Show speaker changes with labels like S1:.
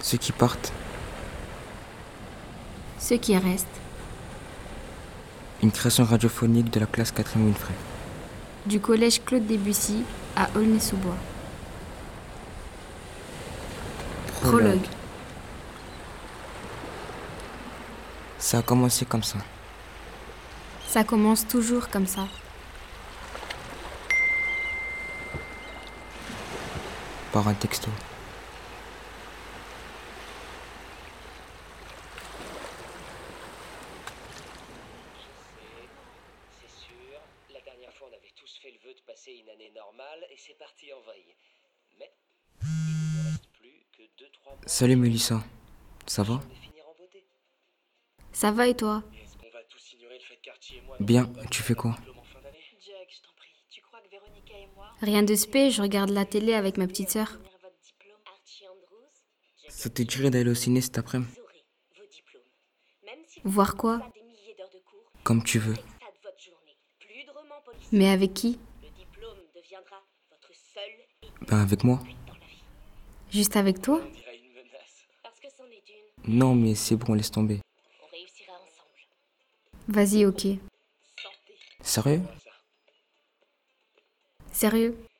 S1: Ceux qui partent,
S2: Ceux qui restent,
S1: une création radiophonique de la classe 4ème Winfrey.
S2: du collège Claude Debussy à Aulnay-sous-Bois. Prologue.
S1: Ça a commencé comme ça.
S2: Ça commence toujours comme ça.
S1: par un texto.
S3: C'est sûr, la dernière fois on avait tous fait le vœu de passer une année normale et c'est parti en vrille. Mais il ne reste plus que 2-3 mois
S1: Salut Mélissa, ça va
S3: pour finir en beauté.
S2: Ça va et toi
S3: Est-ce qu'on va tous ignorer le fait de quartier et moi
S1: Bien, tu fais quoi
S3: en fin d'année
S4: Jack, je t'en prie, tu crois que Véronica et moi,
S2: Rien de spé, je regarde la télé avec ma petite sœur.
S4: on ira votre diplôme Archie Andrews,
S1: Ça te dirait d'aller au ciné cet après-midi
S4: vous aurez vos diplômes. Même si vous
S2: Voir quoi
S4: n'avez pas des milliers d'heures de cours,
S1: Comme tu veux.
S4: ça de votre journée. Plus de romans policiers.
S2: Mais avec qui
S4: Le diplôme deviendra votre seul et
S1: Ben avec moi
S4: but dans la vie.
S2: Juste avec toi
S3: On dirait une menace.
S4: Parce que c'en est une,
S1: Non mais c'est bon, laisse tomber.
S4: on réussira ensemble.
S2: Vas-y, ok.
S4: Santé.
S1: Sérieux
S2: Sérieux
S3: Eh,